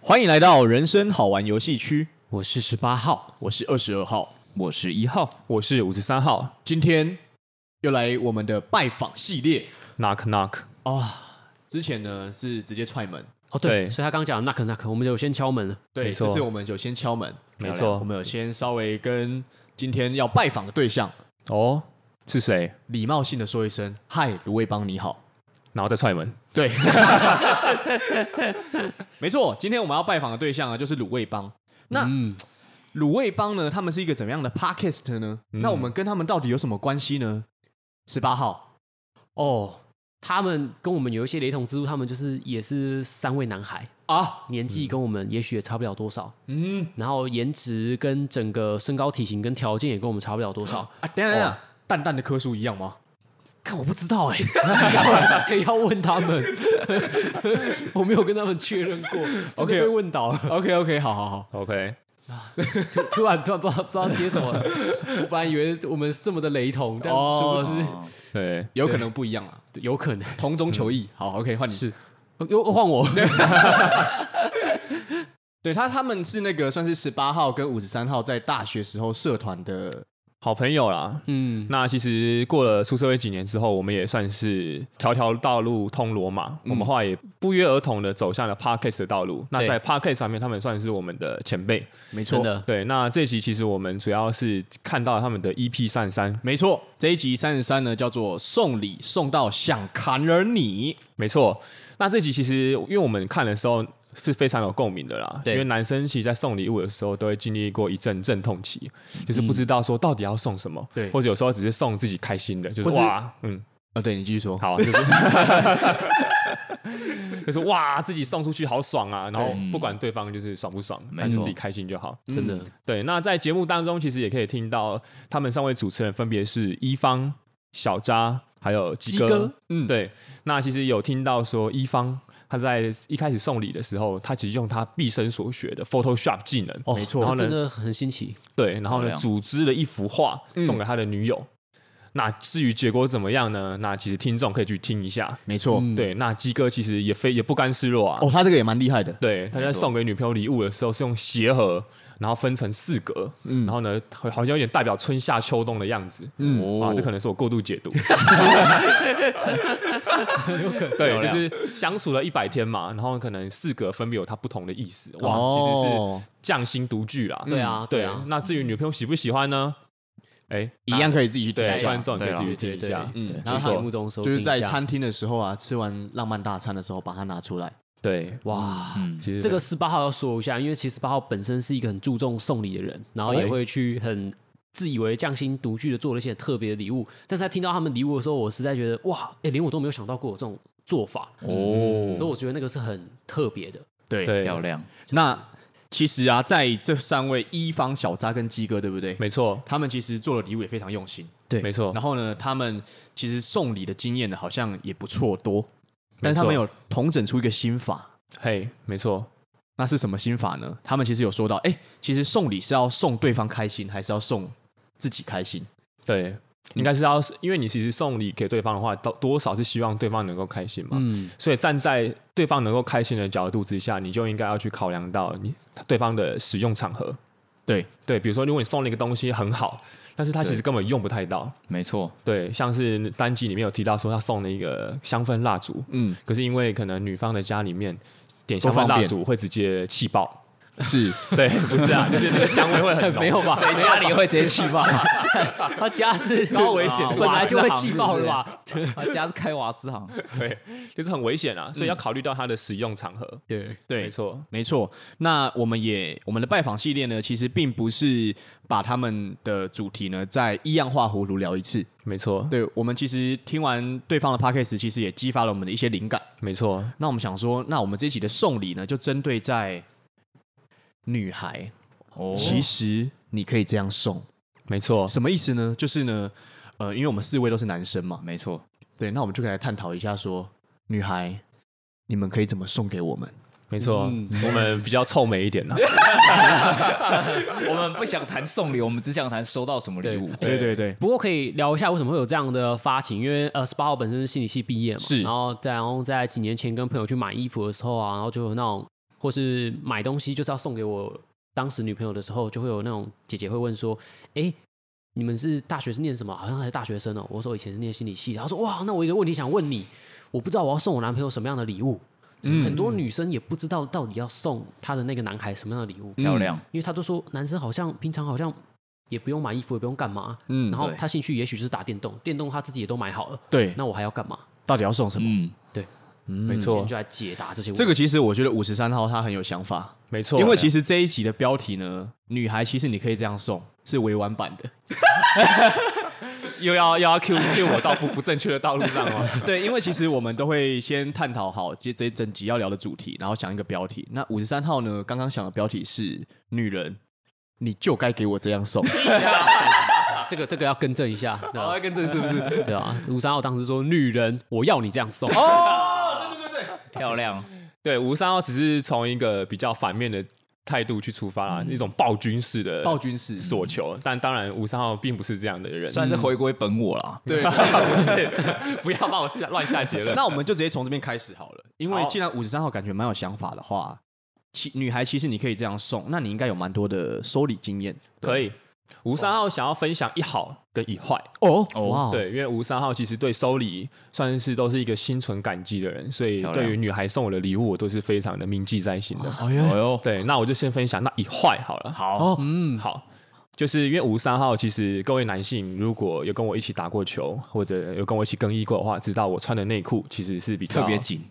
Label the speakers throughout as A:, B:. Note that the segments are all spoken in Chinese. A: 欢迎来到人生好玩游戏区，
B: 我是十八号，
A: 我是二十二号，
C: 我是一号，
B: 我是五十三号
A: 今天又来我们的拜访系列
B: ，Knock Knock。
A: 啊、之前呢是直接踹门，
B: 哦，
C: 对
B: 所以他刚讲 knock knock，我们就先敲门了。
A: 对，
B: 没
A: 这
B: 错
A: 次我们有先敲门，
B: 没
A: 漂亮
B: 错
A: 我。们有先稍微跟今天要拜访的对象
B: 哦，是谁？
A: 礼貌性的说一声“嗨，卢卫邦，你 好
B: 然后再踹门。”。
A: 对， 没错，今天我们要拜访的对象啊，就是鲁卫邦。那
B: 嗯，
A: 鲁卫邦呢，他们是一个怎么样的 podcast 呢？
B: 嗯
A: 那我们跟他们到底有什么关系呢？十八号，
B: 哦，他们跟我们有一些雷同之处，他们就是也是三位男孩
A: 啊，
B: 年纪跟我们也许也差不了多少，
A: 嗯
B: 然后颜值跟整个身高体型跟条件也跟我们差不了多 少。
A: 啊，等一下等一下，蛋蛋的颗数一样 吗？
B: 看我不知道哎、欸， 要问他们， 我没有跟他们确认过，真的
A: OK
B: 被问倒了。
A: OK OK，好好好，
C: OK，
B: 突突然突然不知道不知道接什么了，我本来以为我们是这么的雷同，但殊不知、
C: 哦对，
A: 有可能不一样啊，
B: 有可能
A: 同中求异。好，OK，换你嗯是，
B: 哦又换我。
A: 对他他们是那个算是十八号跟五十三号在大学时候社团的，
C: 好朋友啦。
B: 嗯，
C: 那其实过了出社会几年之后，我们也算是条条道路通罗马，我们后来也不约而同的走向了 podcast 的道路。那
B: 嗯对
C: 在 podcast 上面，他们算是我们的前辈。
A: 没
B: 真
A: 错，
B: 的
C: 对，那这集其实我们主要是看到他们的 EP 三三，
A: 没错。这一集三十三呢，叫做送礼送到想砍了你，
C: 没错，那这集其实因为我们看的时候是非常有共鸣的啦，
B: 对
C: 因为男生其实在送礼物的时候都会经历过一阵阵痛期，就是不知道说到底要送什么，
A: 对
C: 或者有时候只是送自己开心的，就
A: 或
C: 是
A: 是
C: 哇，嗯，
A: 呃，对你继续说，
C: 好，就是就是 哇，自己送出去好爽啊，然后
A: 对
C: 不管对方就是爽不爽，
D: 没
C: 还是
D: 错
C: 自己开心就好。
B: 真的
D: 嗯
C: 对，那在节目当中，其实也可以听到他们三位主持人分别是一方、小扎还有鸡
B: 鸡哥
C: 嗯，对。那其实有听到说一方他在一开始送礼的时候，他其实用他毕生所学的 Photoshop 技能，
B: 哦，
A: 没错
B: 这
C: 然后呢
B: 真的很新奇。
C: 对，然后
D: 漂
C: 呢
D: 亮
C: 组织了一幅画
A: 嗯
C: 送给他的女友。那至于结果怎么样呢？那其实听众可以去听一下。
A: 没错。
B: 嗯
C: 对，那鸡哥其实也非也不甘示弱啊。
A: 哦，他这个也蛮厉害的，
C: 对，他在
D: 没错
C: 送给女朋友礼物的时候是用鞋盒，然后分成四格，然后呢，好好像有点代表春夏秋冬的样子。
D: 嗯
C: 啊，这可能是我过度解读。对，
D: 漂亮
C: 就是相处了一百天嘛，然后可能四格分别有它不同的意思。哇，其实是
A: 哦，
C: 匠心独具啦。
B: 对啊，
C: 嗯对
B: 对啊，
C: 那至于女朋友喜不喜欢呢？哎，
A: 一样可以自己去听
C: 对
A: 一，下
C: 观。众可以
D: 对啊
C: 继续听一下。
B: 对
A: 嗯，然
B: 然
A: 后
B: 后
A: 他
B: 节目中收
A: 就是
B: 听一下
A: 在餐厅的时候啊，吃完浪漫大餐的时候把它拿出来。
C: 对，
B: 哇。
D: 嗯，
C: 其实
B: 这个十八号要说一下，因为其实十八号本身是一个很注重送礼的人，然后也
C: 哎
B: 会去很自以为匠心独具的做了一些特别的礼物。但是在听到他们礼物的时候，我实在觉得哇，哎，连我都没有想到过有这种做法，
C: 嗯
D: 哦
B: 所以我觉得那个是很特别的。
A: 对
C: 对
D: 漂，亮，
A: 那其实啊，在这三位一方、小扎跟鸡哥，对不对？
C: 没错，
A: 他们其实做的礼物也非常用心，
B: 对
C: 没错
A: 然，后呢，他们其实送礼的经验呢，好像也不错多，但
C: 没
A: 是
C: 错
A: 他们有统整出一个心法，
C: 嘿，没错，
A: 那是什么心法呢？他们其实有说到，哎，其实送礼是要送对方开心，还是要送自己开心？
C: 对，应该是要，因为你其实送礼给对方的话，多多少是希望对方能够开心嘛。
B: 嗯，
C: 所以站在对方能够开心的角度之下，你就应该要去考量到你对方的使用场合。
A: 对
C: 对，比如说，如果你送了一个东西很好，但是他其实根本用不太到。
D: 没错，
C: 对，像是单集里面有提到说他送了一个香氛蜡烛，
A: 嗯，
C: 可是因为可能女方的家里面点
A: 不
C: 香
A: 方
C: 氛蜡
A: 便
C: 烛会直接气 爆。
A: 是
C: 对，不是啊，就是那个香味会很浓。
B: 没有吧？
D: 谁家里会直接气爆？
B: 他家是
C: 高危险
B: 本来就会气爆了吧？
D: 他家是开瓦斯行，
C: 对，就是很危险啊，所以要考虑到它的使用场合。
B: 对，
A: 对
C: 没，错，
A: 没错，那我们也我们的拜访系列呢，其实并不是把他们的主题呢在一样画葫芦聊一次。
C: 没错，
A: 对我们其实听完对方的 podcast，其实也激发了我们的一些灵感。
C: 没错，
A: 那我们想说，那我们这一期的送礼呢，就针对在女孩。
D: 哦，
A: 其实你可以这样送，
C: 没错，
A: 什么意思呢？就是呢，呃，因为我们四位都是男生嘛，
D: 没错，
A: 对，那我们就可以来探讨一下说，女孩你们可以怎么送给我们？
C: 没错。我们比较臭美一点 啦。
D: 我们不想谈送礼，我们只想谈收到什么礼物。哎
C: 对
A: 对对，
B: 不过可以聊一下为什么会有这样的发情，因为呃，十八号本身是心理系毕业嘛，
A: 是
B: 然后在然后在几年前跟朋友去买衣服的时候啊，然后就有那种或是买东西就是要送给我当时女朋友的时候，就会有那种姐姐会问说：“哎、你们是大学是念什么？好像还是大学生哦、我说：“以前是念心理系。”她说：“哇，那我有一个问题想问你，我不知道我要送我男朋友什么样的礼物。”就是很多女生也不知道到底要送她的那个男孩什么样的礼物，
C: 嗯
D: 漂亮，
B: 因为她就说男生好像平常好像也不用买衣服，也不用干嘛，
A: 嗯
B: 然后
D: 对
B: 他兴趣也许就是打电动，电动他自己也都买好了，
A: 对，
B: 那我还要干嘛？嗯
A: 到底要送什么？
D: 嗯，
C: 没
B: 今天
C: 错，
B: 就来解答这些问题。
A: 这个其实我觉得五十三号他很有想法，
C: 没错，
D: 啊
A: 因为其实这一集的标题呢，女孩其实你可以这样送，是委婉版的。
C: 又要又要 Q Q 我到不不正确的道路上 哦。
A: 对，因为其实我们都会先探讨好这这一整集要聊的主题，然后想一个标题。那五十三号呢，刚刚想的标题是“女人，你就该给我这样送
B: 这个这个要更正一下，对”，啊
A: 要跟这是不是？
B: 对啊，吴三号当时说女人我要你这样送，
D: 漂亮，
C: 对，五三幺只是从一个比较反面的态度去出发啦，一种嗯暴君式的
A: 暴君式
C: 所求。但当然，五三号并不是这样的人，
D: 算是回归本我啦。
A: 对。
C: 不是， 不要帮我下乱下结 论。
A: 那我们就直接从这边开始好了，因为
C: 好
A: 既然五十三号感觉蛮有想法的话，其女孩其实你可以这样送，那你应该有蛮多的收礼经验。
C: 可以，五三号想要分享一好跟一坏，
A: 哦，
D: 哇
A: 哇，，
C: 对，因为吴三号其实对收礼算是都是一个心存感激的人，所以
D: 漂亮
C: 对于女孩送我的礼物，我都是非常的铭记在心的。
A: 哎
D: 哎
A: 呦，
D: 呦，
C: 对，那我就先分享那一坏好了。
D: 好，
A: 哦，嗯，
C: 好，就是因为五十三号，其实各位男性如果有跟我一起打过球，或者有跟我一起更衣过的话，知道我穿的内裤其实是比较
D: 特别。紧，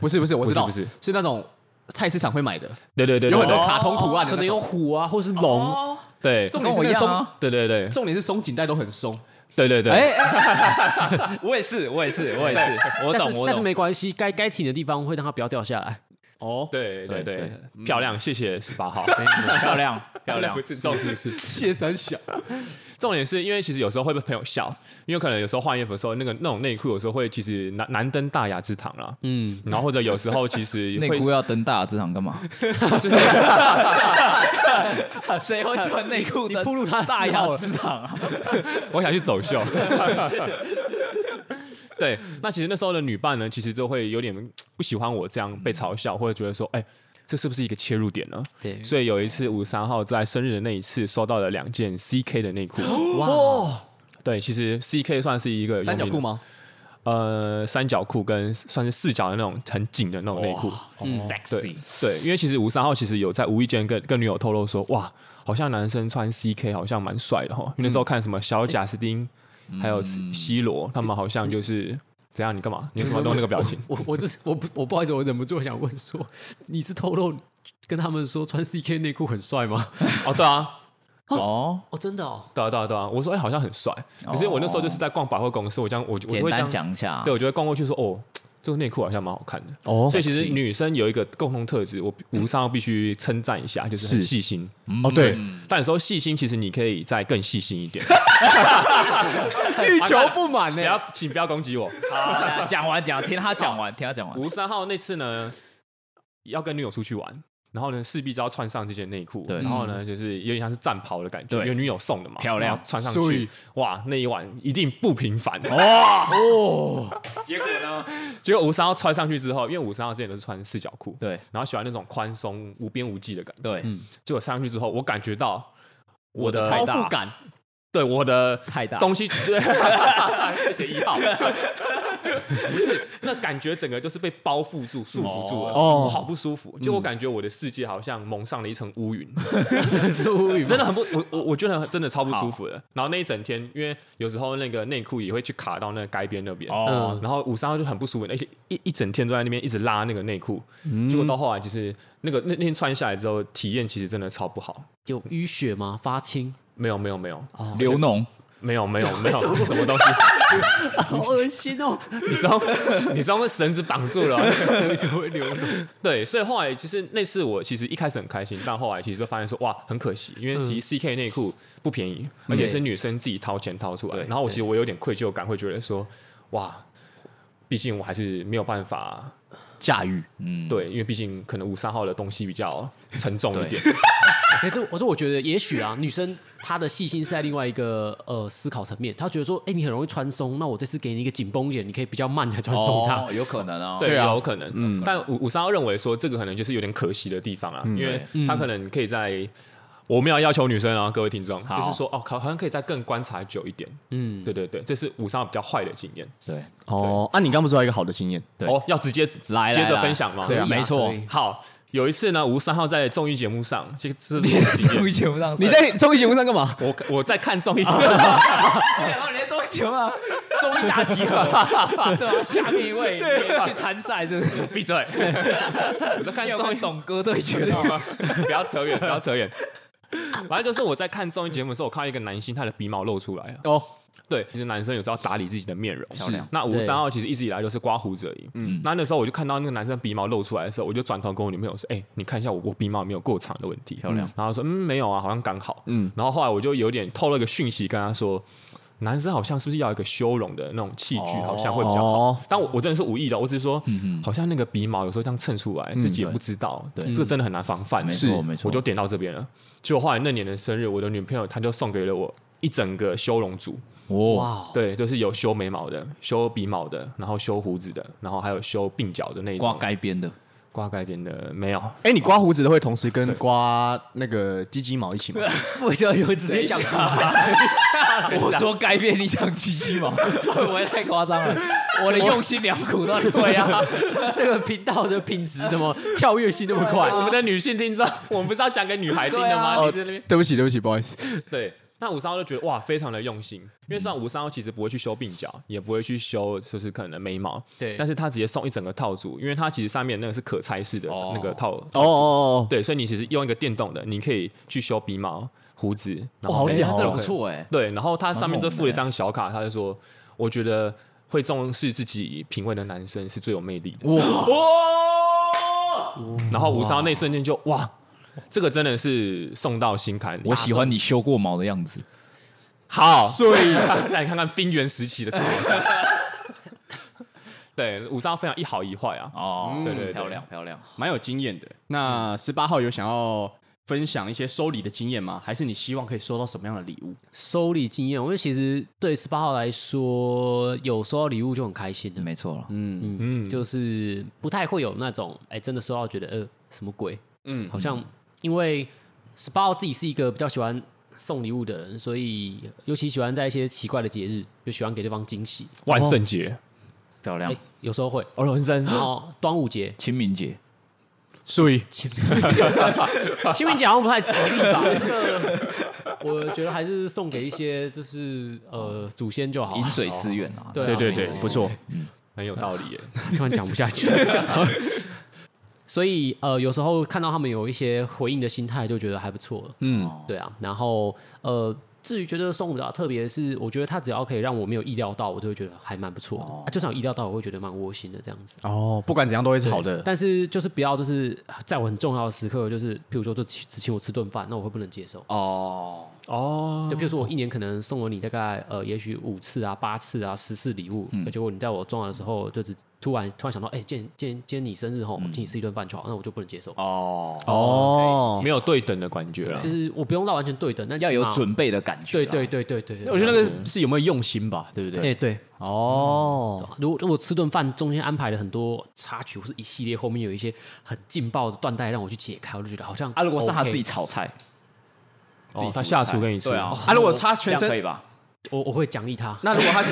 A: 不是不是，我知道，
C: 不是不
A: 是那种菜市场会买的，
C: 对对对，
A: 有很多
C: 对
A: 卡通图案的
B: 可
A: 那
B: 能有
A: 种，
B: 虎啊，或是龙，
C: 对
A: 哦重
D: 跟
A: 点是
D: 我一
A: 那
D: 样
A: 松，
D: 啊。
C: 对对对
A: 重点是松紧带都很松。
C: 对对对，
D: 哎哎， 我也是，我也是，我也是，我
B: 但
D: 懂，
B: 是
D: 我
B: 但是
D: 懂。
B: 没关系，该该挺的地方会让它不要掉下来。
A: 哦，
C: 对对
D: 对
C: 对，漂亮，谢谢十八号，
D: 漂亮，
C: 漂亮，
A: 不
C: 是是是。
A: 谢三小，
C: 重点是因为其实有时候会被朋友笑，因为可能有时候换衣服的时候，那个那种内裤有时候会其实难难登大雅之堂啦。
B: 嗯，
C: 然后或者有时候其实
D: 内
C: 会
D: 裤要登大，这场干嘛？
C: 就是
D: 谁会穿内裤
B: 你
D: 登
B: 暴露他的
D: 大
B: 嗜好
D: 雅
B: 了
D: 之堂啊？
C: 我想去走秀。对，那其实那时候的女伴呢，其实就会有点嗯不喜欢我这样被嘲笑，或者觉得说，哎、这是不是一个切入点呢？
B: 对，
C: 所以有一次五三号在生日的那一次，收到了两件 CK 的内裤。
B: 哇，
C: 对，其实 CK 算是一个有
A: 三角
C: 名
A: 裤？吗？
C: 呃，三角裤跟算是四角的那种很紧的那种内裤。对
D: Sexy，
C: 对，因为其实吴三号其实有在无意间跟跟女友透露说，哇，好像男生穿 CK 好像蛮帅的哈。因为那时候看什么小贾斯汀，
D: 嗯
C: 还有 C- 西罗，他们好像就是怎样？你干
D: 嗯
C: 嘛？你为什么弄那个表 情？
B: 我我这是我不我不好意思，我忍不住想问说，你是透露跟他们说穿 CK 内裤很帅吗？
C: 哦，对啊，
D: 哦，
B: 哦，真的哦，
C: 对啊，对啊，对啊。我说，哎、好像很帅。只是我那时候就是在逛百货公司，我将我我
D: 简
C: 就会这
D: 单
C: 样，
D: 讲一下，啊
C: 对，我就会逛过去说，哦，这个内裤好像蛮好看的。
A: 哦
C: 所以其实女生有一个共同特质，我吴三号必须称赞一下，就是很
A: 是
C: 细心。
A: 哦，对，
C: 但有时候细心，其实你可以再更细心一点。
A: 欲求不满
C: 不
A: 呢。
C: 要，请不要攻击我。
D: 好，大家讲完讲，听他讲完，听他讲完。
C: 吴三号那次呢，要跟女友出去玩，然后呢势必就要穿上这件内裤，
D: 对
C: 然后呢就是有点像是战袍的感觉，
D: 对
C: 因为女友送的嘛，
D: 漂亮
C: 然后穿上
A: 所
C: 去
A: 以，
C: 哇，那一晚一定不平凡。
D: 哇，
C: 结果呢，结果吴三号穿上去之后，因为吴三号之前都是穿四角裤，
D: 对
C: 然后喜欢那种宽松无边无际的感觉，
D: 对，
C: 结果穿上去之后，我感觉到我的
A: 包覆感，
C: 对我的
D: 太大
C: 东西，对， 谢谢一号。 不是，那感觉整个就是被包覆住、束缚住了，
A: 哦
C: 我好不舒服。就我感觉我的世界好像蒙上了一层乌云，
B: 是无语吗
C: 真的很不，我我我觉得真的超不舒服的。然后那一整天，因为有时候那个内裤也会去卡到那个街边那边，
D: 哦
C: 嗯，然后五三号就很不舒服，而且一一整天都在那边一直拉那个内裤，结果到后来就是那个那那天穿下来之后，体验其实真的超不好。
B: 有淤血吗？发青，
C: 没有没有没有
D: 流脓，
C: 没有 没有没有哦什么东西，
B: 好恶心哦，
C: 你是用你是用绳子绑住了哦、
B: 怎么会流脓？
C: 对，所以后来其实那次我其实一开始很开心，但后来其实就发现说哇很可惜，因为其实 CK 内裤不便宜，而且是女生自己掏钱掏出来，
D: 对
C: 然后我其实我有点愧疚感，会觉得说哇，毕竟我还是没有办法。
A: 驾驭，
C: 对，因为毕竟可能五三号的东西比较沉重一点，
B: 可是我说，我觉得也许啊，女生她的细心是在另外一个呃思考层面，她觉得说，哎、你很容易穿松，那我这次给你一个紧绷一点，你可以比较慢才穿松它。
D: 哦，有可能哦。
C: 对，
A: 啊
C: 有可能。
B: 嗯
C: 但五五三幺认为说这个可能就是有点可惜的地方啊，因为
B: 嗯
C: 他可能可以在。我没有要求女生啊，各位听众，
D: 好
C: 就是说哦，好好像可以再更观察久一点。嗯，对对对，这是五三幺比较坏的经验。
D: 对，
A: 哦，啊，你刚不是说一个好的经验？
D: 对
C: 哦，要直接来
D: 来
C: 接着
D: 来
C: 分享吗？
A: 可以啊
D: 没错
B: 可以
C: 好，有一次呢，吴三号在综艺节目上，这这
D: 你
C: 是
D: 在
C: 我的经验
D: 综艺节目上，
A: 你在综艺节目上干嘛？
C: 我我在看综艺节目，
D: 然后你在综艺节目上，综艺大集合是吧？下面一位你也去参赛是不 是？
C: 闭嘴！ 我在看
D: 你有
C: 综艺
D: 跟董哥对决吗？
C: 不要扯远，不要扯远。反正就是我在看综艺节目的时候，我看到一个男星他的鼻毛露出来啊了。
A: 哦，
C: 对，其实男生有时候要打理自己的面容。漂
A: 亮。
C: 那五三号其实一直以来都是刮胡子而已。嗯。那那时候我就看到那个男生鼻毛露出来的时候，我就转头跟我女朋友说：“哎、你看一下我我鼻毛有没有过长的问题。”漂亮。然后她说：“嗯，没有啊，好像刚好。”嗯
A: 嗯。
C: 然后后来我就有点透了个讯息跟他说。男生好像是不是要一个修容的那种器具，
D: 哦
C: 好像会比较好。
A: 哦
C: 但我我真的是无意的，我只是说，好像那个鼻毛有时候这样蹭出来，自己也
D: 对
C: 不知道，
D: 对
C: 这个真的很难防范。
D: 没
A: 是
D: 错，没错，
C: 我就点到这边了。结果后来那年的生日，我的女朋友她就送给了我一整个修容组，
D: 哇，
B: 哇，
C: 对，就是有修眉毛的、修鼻毛的，然后修胡子的，然后还有修鬓角的那一种
D: 刮该边的，
C: 刮盖边的没有。
A: 哎、你刮胡子的会同时跟刮那个鸡鸡毛一起吗？
B: 我就有直接讲出来，
D: 我说该变，你讲鸡鸡毛，会不会太夸张了？ 我的用心良苦到底
C: 对
D: 对
C: 呀、
D: 啊，
B: 这个频道的品质怎么跳跃性那么 快？哦
C: 我们的女性听众， 我们不是要讲给女孩听的吗？
D: 对啊
C: 你在那边
A: 对不起，对不起，不好意思。
C: 对。那五三幺就觉得哇，非常的用心，因为虽然五三幺其实不会去修鬓角，也不会去修就是可能眉毛，
B: 对
C: 但是他直接送一整个套组，因为它其实上面那个是可拆式的
D: 哦
C: 那个套，
A: 哦哦哦，
C: 对，所以你其实用一个电动的，你可以去修鼻毛、胡子，然
A: 哇
C: 后
A: 好屌
D: 哎
A: 哦
D: 这个不错哎，
C: 对，然后它上面
D: 蛮
C: 就
D: 猛
C: 附了一
D: 的
C: 张小卡，他就说，我觉得会重视自己品味的男生是最有魅力的。然后吴三那一瞬间就哇，这个真的是送到心坎里。
D: 我喜欢你修过毛的样子，
C: 好，
A: 所 以
C: 让你看看冰原时期的陈国祥。对，五三非常一好一坏啊，
D: 哦，
C: 对对对
D: 漂亮漂亮。
A: 蛮有经验的。那十八号有想要分享一些收礼的经验吗？还是你希望可以收到什么样的礼物？
B: 收礼经验，因为其实对十八号来说，有收到礼物就很开心的，
D: 没错了，
C: 嗯，
B: 就是不太会有那种哎、真的收到觉得呃什么鬼，
A: 嗯
B: 嗯，好像因为 SPA 自己是一个比较喜欢送礼物的人，所以尤其喜欢在一些奇怪的节日，就喜欢给对方惊喜。
C: 万圣节、
D: 漂亮
B: 哎、。有时候会，
D: 哦、
C: 欧龙真
B: 然后端午节
D: 清明节，
A: 所以
B: 清明节好像不太吉利 吧？这个我觉得还是送给一些就是呃祖先就好
D: 饮。水思源啊，
B: 对啊
A: 对对对
B: 没，错
A: 不错。
C: 很有道理耶。
B: 突然讲不下去。所以呃，有时候看到他们有一些回应的心态，就觉得还不错了。嗯，对啊。然后呃，至于觉得送比较特别的是，我觉得他只要可以让我没有意料到，我都会觉得还蛮不错的。啊就算有意料到，我会觉得蛮窝心的这样子。
A: 哦，不管怎样都会是好
B: 对
A: 的。
B: 但是就是不要就是在我很重要的时刻，就是譬如说就请只请我吃顿饭，那我会不能接受。
A: 哦，
C: 哦
B: 就，譬如说我一年可能送了你大概呃，也许五次啊、八次啊、十次礼
D: 嗯
B: 物，结果你在我重要的时候，就只突然突然想到，哎、今天今天今天你生日吼，我请你吃一顿饭就好，那我就不能接受。
D: 嗯哦，
A: 哦，
C: 没有对等的感觉啊
B: 就。是我不用到完全对等，但
D: 要
B: 起码
D: 有。准啊备的感觉。
B: 对对，对对对对，
A: 我觉得那个是有没有用心吧，对不
B: 哎、
A: 对？
B: 对，啊
A: 哦，
B: 如果如果吃顿饭中间安排了很多插曲，或是一系列后面有一些很劲爆的断带让我去解开，我就觉得好像
D: 啊，如果是他
B: OK
D: 自己炒菜，自己
C: 哦
D: 煮，
C: 他下厨
D: 菜
C: 给你吃
D: 对啊，
A: 啊，如果他
D: 这
A: 全
D: 样可
A: 身，
D: 以吧？
B: 我我会奖励他。
A: 那如果他是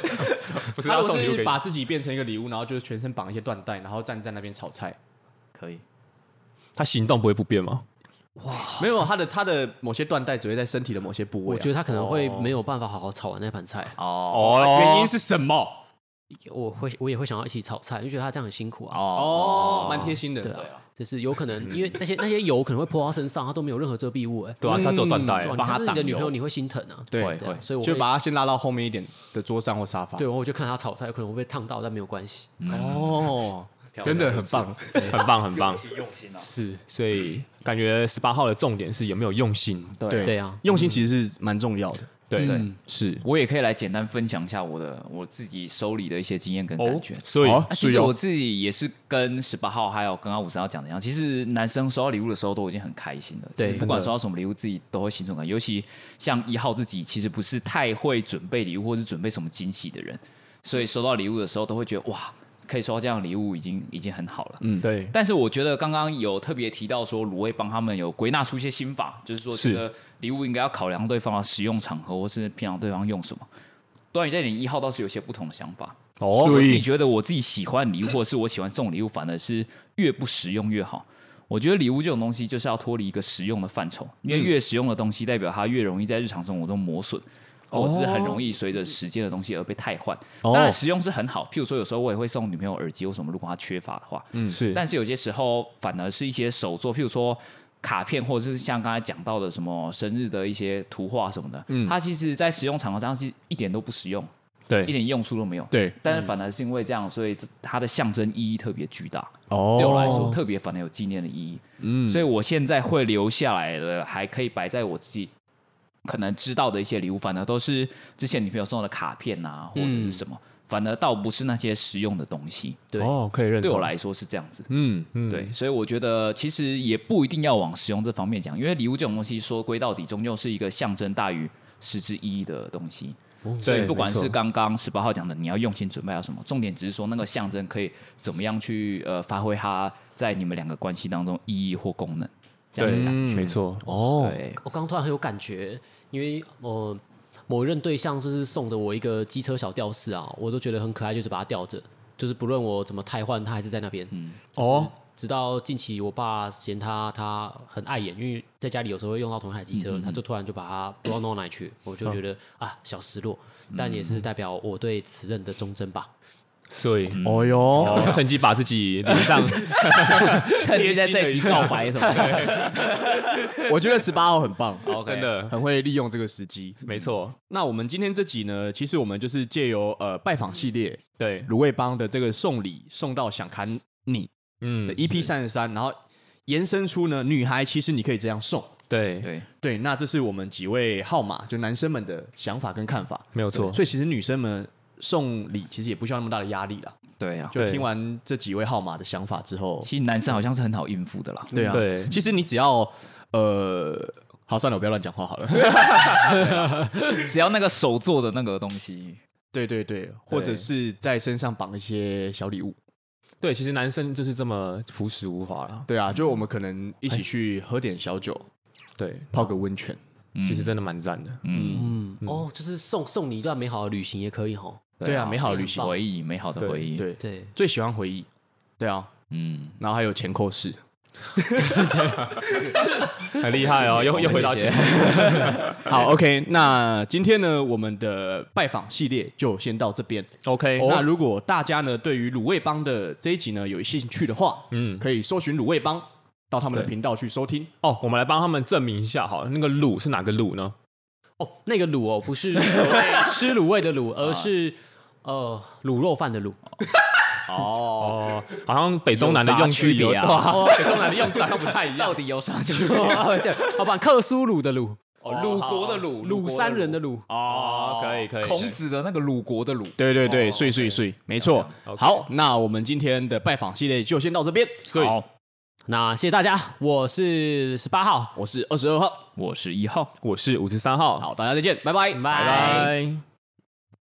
C: 不是
A: 他
C: 要
A: 如果
C: 送礼物给
A: 是
C: 你
A: 把自己变成一个礼物，然后就是全身绑一些缎带，然后站在那边炒菜，
D: 可以。
C: 他行动不会不便吗？
A: 没有他的他的某些缎带只会在身体的某些部位、啊
B: 我觉得
A: 得
B: 他可能会没有办法好好炒完那盘菜，
D: 哦
C: 哦
A: 原因是什么？
B: 我会我也会想要一起炒菜，就觉得他这样很辛苦啊。
A: 哦，蛮贴心的。
B: 对啊，就是有可能，因为那些那些油可能会泼到身上，它都没有任何遮蔽物、哎，
C: 对啊，他只有断带
B: 对啊，
D: 帮
B: 你
D: 它
B: 是你
D: 挡
B: 的女
D: 油
B: 朋友，你会心疼啊。
A: 对
D: 会
B: 对啊，所以我
A: 就
B: 会
A: 把它先拉到后面一点的桌上或沙发。
B: 对，我就看她炒菜，有可能我会烫到，但没有关系。
A: 哦，真的很棒。
C: 很棒很棒。
A: 是，
C: 所以感觉十八号的重点是有没有用心。
A: 对
B: 对啊
A: 用心其实是蛮重要的。对
D: 嗯
A: 是
D: 我也可以来简单分享一下我的我自己收礼的一些经验跟感觉。
C: 哦
B: 哦
C: 所以
A: 好
D: 啊，其
A: 是
D: 实
A: 有
D: 我自己也是跟十八号还有跟阿五三号讲的一样，其实男生收到礼物的时候都已经很开心了。
B: 对
D: 就是不管收到什么礼物，自己都会心存感。尤其像一号自己，其实不是太会准备礼物或是准备什么惊喜的人，
B: 嗯
D: 所以收到礼物的时候都会觉得哇，可以收到这样的礼物已经已经很好了。
C: 对
D: 但是我觉得刚刚有特别提到说，卤味帮他们有归纳出一些心法，就是说
C: 是
D: 觉得礼物应该要考量对方的使用场合，或是平常对方用什么。段宇在零一号倒是有些不同的想法，
C: 哦
D: 我
C: 所
D: 自己
C: 以
D: 觉得我自己喜欢礼物，或者是我喜欢送礼物，反而是越不实用越好。我觉得礼物这种东西就是要脱离一个实用的范畴，因
C: 嗯
D: 为越实用的东西代表它越容易在日常生活中磨损，或者是很容易随着时间的东西而被汰换。
A: 哦
D: 当然实用是很好，譬如说有时候我也会送女朋友耳机，为什么？如果她缺乏的话，
C: 是
D: 但是有些时候反而是一些手作，譬如说卡片，或者是像刚才讲到的什么生日的一些图画什么的，它其实在使用场合上是一点都不实用，一
C: 对
D: 点用处都没有。
A: 对
D: 但是反而是因为这样，所以这它的象征意义特别巨大，
A: 哦
D: 对我来说特别反而有纪念的意义。嗯，所以我现在会留下来的，还可以摆在我自己可能知道的一些礼物，反而都是之前女朋友送的卡片啊，或者是什么，反而倒不是那些实用的东西。
B: 对
C: 哦，可以认
D: 对我
C: 同
D: 来说是这样子。
A: 嗯
C: 嗯
D: 对，所以我觉得其实也不一定要往使用这方面讲，因为礼物这种东西说归到底，终究是一个象征大于实质意义的东西。所以
C: 对
D: 不管
C: 没错
D: 是刚刚十八号讲的，你要用心准备啊要什么，重点只是说那个象征可以怎么样去呃发挥它在你们两个关系当中意义或功能。这样
C: 对
D: 的感觉
C: 没错
B: 嗯
A: 哦
D: 对，
B: 我刚刚突然很有感觉，因为我某任对象就是送的我一个机车小吊饰啊，我都觉得很可爱，就是把它吊着，就是不论我怎么汰换，它还是在那边。嗯，
C: 哦，
B: 直到近期我爸嫌它它很碍眼，因为在家里有时候会用到同一台机车，
D: 嗯
B: 他就突然就把它不知道弄到哪里去，我就觉得、啊小失落，但也是代表我对此任的忠贞吧。
C: 所以
D: 嗯
A: 哦哟，
C: 哦趁机把自 己脸上
D: 趁机在这一集告白什么的，
A: 我觉得十八号很 棒，
D: OK
C: 真的
A: 很会利用这个时机。
C: 没错，
A: 那我们今天这集呢，其实我们就是借由呃拜访系列
C: 对，
A: 卤味帮的这个送礼送到想砍你
C: 嗯
A: 的 EP 三十三，然后延伸出呢女孩其实你可以这样送。
C: 对，
D: 对，
A: 对，那这是我们几位号码就男生们的想法跟看法，
C: 没有错
A: 所以其实女生们送礼其实也不需要那么大的压力啦。
D: 对啊。
A: 就
C: 对
A: 听完这几位号码的想法之后，
D: 其实男生好像是很好应付的啦，
A: 对啊，
C: 对
A: 其实你只要呃，好，算了，我不要乱讲话好了。
D: 只要那个手做的那个东西，
A: 对对对，或者
C: 对
A: 是在身上绑一些小礼物。
C: 对，其实男生就是这么朴实无华啦。
A: 对啊，就我们可能一起去喝点小酒，
C: 对，
A: 泡个温泉。
D: 嗯
C: 其实真的蛮赞的。
D: 嗯，
B: 嗯，哦，就是送送你一段美好的旅行也可以吼。
A: 对啊，美好的旅行
B: 很棒
D: 回忆，美好的回忆，，
A: 对，
B: 对，
A: 最喜欢回忆。对啊，
D: 嗯，
A: 然后还有前扣式。
C: 很厉害哦，又又回到
D: 谢谢
C: 前，
A: 好，OK，那今天呢，我们的拜访系列就先到这边。
C: OK，
A: 那如果大家呢对于卤味帮的这一集呢有兴趣的话，
C: 嗯，
A: 可以搜寻卤味帮到他们的
C: 对
A: 频道去收听。
C: 哦，我们来帮他们证明一下，好了，那个卤是哪个卤呢？
B: 哦，那个卤哦，不是所谓吃卤味的卤，而是
D: 啊
B: 呃卤肉饭的卤。
D: 哦，
C: 哦，好像北中南的用字有
D: 有啥区别
C: 哇
D: 啊
B: 哦，
C: 北中南的用字好像不太一样
D: 到。底有啥区别？
B: 哦 对，好吧，克苏鲁的鲁，
D: 哦，鲁国的鲁，
B: 鲁山人的鲁。
D: 哦，
C: 可以可以
D: 孔子的那个鲁国的鲁，
A: 对对对，碎碎碎，没错。好，那我们今天的拜访系列就先到这边。
C: 所以
D: 好，
B: 那谢谢大家，我是十八号，
A: 我是二十二号，
D: 我是一号。
C: 我是五十三号，
A: 好，大家再见，拜拜，拜
C: 拜拜。